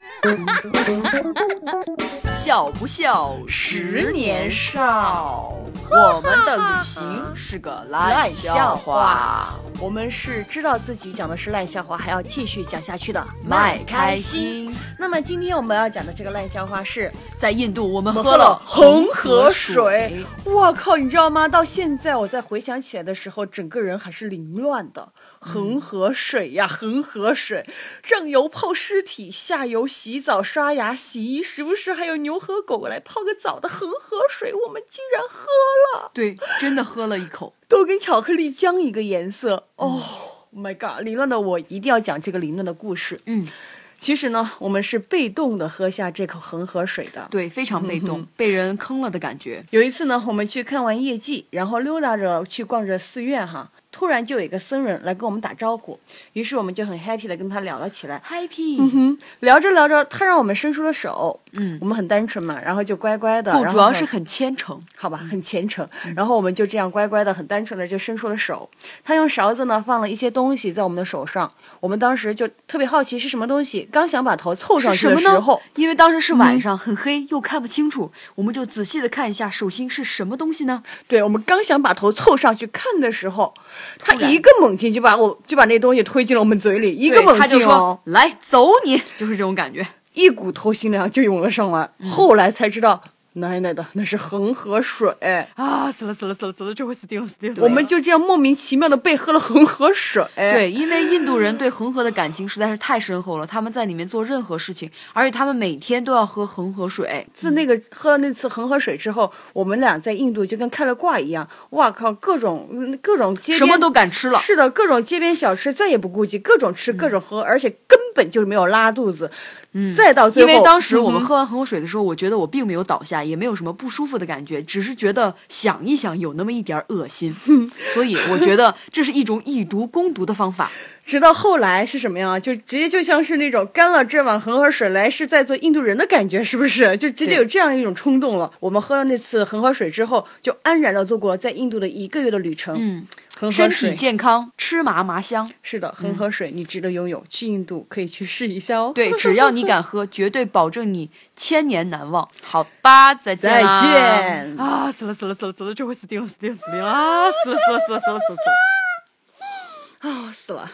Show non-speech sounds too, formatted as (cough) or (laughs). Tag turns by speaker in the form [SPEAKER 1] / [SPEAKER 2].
[SPEAKER 1] (laughs) 笑不笑？十年少。我们的旅行是个烂笑话。
[SPEAKER 2] 我们是知道自己讲的是烂笑话，还要继续讲下去的。
[SPEAKER 1] 麦开心。
[SPEAKER 2] 那么今天我们要讲的这个烂笑话是，
[SPEAKER 1] 在印度我们
[SPEAKER 2] 喝
[SPEAKER 1] 喝了
[SPEAKER 2] 恒
[SPEAKER 1] 恒
[SPEAKER 2] 河
[SPEAKER 1] 河
[SPEAKER 2] 水
[SPEAKER 1] 水。。
[SPEAKER 2] 我靠，你知道吗？到现在我再回想起来的时候，整个人还是凌乱的。恒河水
[SPEAKER 1] 嗯
[SPEAKER 2] 呀，恒河水，上游泡尸体，下游洗澡、刷牙、洗衣，时不时还有牛和狗来泡个澡的恒河水，我们竟然喝了，
[SPEAKER 1] 对，真的喝了一口。
[SPEAKER 2] 都跟巧克力浆一个颜色。
[SPEAKER 1] 嗯
[SPEAKER 2] 哦、my god！凌乱的我一定要讲这个凌乱的故事。
[SPEAKER 1] 嗯，
[SPEAKER 2] 其实呢，我们是被动的喝下这口恒河水的。
[SPEAKER 1] 对，非常被动，被人坑了的感觉。
[SPEAKER 2] 有一次呢，我们去看完夜祭，然后溜达着去逛着寺院哈，突然就有一个僧人来跟我们打招呼，于是我们就很 happy 的跟他聊了起来。
[SPEAKER 1] Happy，
[SPEAKER 2] 嗯，聊着聊着，他让我们伸出了手，
[SPEAKER 1] 嗯，
[SPEAKER 2] 我们很单纯嘛，然后就乖乖的，
[SPEAKER 1] 不，
[SPEAKER 2] 然
[SPEAKER 1] 主
[SPEAKER 2] 后
[SPEAKER 1] 要
[SPEAKER 2] 很
[SPEAKER 1] 是嗯很虔诚。
[SPEAKER 2] 好吧，很虔诚。然后我们就这样乖乖的、很单纯的就伸出了手。他用勺子呢放了一些东西在我们的手上，我们当时就特别好奇是什么东西，刚想把头凑上
[SPEAKER 1] 是什
[SPEAKER 2] 去的
[SPEAKER 1] 么
[SPEAKER 2] 时
[SPEAKER 1] 呢
[SPEAKER 2] 候，？
[SPEAKER 1] 因为当时是晚上，很黑，又看不清楚，我们就仔细的看一下手心是什么东西呢？
[SPEAKER 2] 对我们刚想把头凑上去看的时候，他
[SPEAKER 1] 突然
[SPEAKER 2] 一个猛劲就把我就把那东西推进了我们嘴里，一
[SPEAKER 1] 一
[SPEAKER 2] 个猛
[SPEAKER 1] 他就
[SPEAKER 2] 劲哦
[SPEAKER 1] 说，：“来，走你！” (laughs) 就是这种感觉。
[SPEAKER 2] 一股透心凉就涌了上来。
[SPEAKER 1] 嗯
[SPEAKER 2] 后来才知道，奶奶的那是恒河水。
[SPEAKER 1] 啊，死了死了死了死了，这回死定了死定了！
[SPEAKER 2] 我们就这样莫名其妙的被喝了恒河水，
[SPEAKER 1] 对，因为印度人对恒河的感情实在是太深厚了，他们在里面做任何事情，而且他们每天都要喝恒河水。
[SPEAKER 2] 自那个喝了那次恒河水之后，我们俩在印度就跟开了挂一样，哇靠，各种嗯各种街边
[SPEAKER 1] 什么都敢吃了
[SPEAKER 2] 是的，各种街边小吃再也不顾及，各种吃各种
[SPEAKER 1] 嗯
[SPEAKER 2] 喝，而且根本就是没有拉肚子。嗯，再到最
[SPEAKER 1] 因
[SPEAKER 2] 后，
[SPEAKER 1] 为当时我们
[SPEAKER 2] 嗯
[SPEAKER 1] 喝完恒河水的时候，我觉得我并没有倒下，也没有什么不舒服的感觉，只是觉得想一想有那么一点儿恶
[SPEAKER 2] (laughs)
[SPEAKER 1] 心，所以我觉得这是一种以毒攻毒的方
[SPEAKER 2] (laughs)
[SPEAKER 1] 法。 (laughs)
[SPEAKER 2] 直到后来是什么呀？就直接就像是那种干了这碗恒河水，来世再做印度人的感觉，是不是？就直接
[SPEAKER 1] 对
[SPEAKER 2] 有这样一种冲动了。我们喝了那次恒河水之后，就安然的度过了在印度的一个月的旅程。嗯，恒河
[SPEAKER 1] 身
[SPEAKER 2] 水
[SPEAKER 1] 体健康，吃嘛嘛
[SPEAKER 2] (laughs)
[SPEAKER 1] 香。
[SPEAKER 2] 是的，恒河水你值得拥有，去印度可以去试一下哦。 (laughs)
[SPEAKER 1] 对，只要你敢喝，绝对保证你千年难忘。好吧，再见
[SPEAKER 2] 再
[SPEAKER 1] 啦
[SPEAKER 2] 见
[SPEAKER 1] 啊！死了死了死了死了，这回死定了死定了死定了啊！死了死了死了死了死了死了。
[SPEAKER 2] 啊、死了。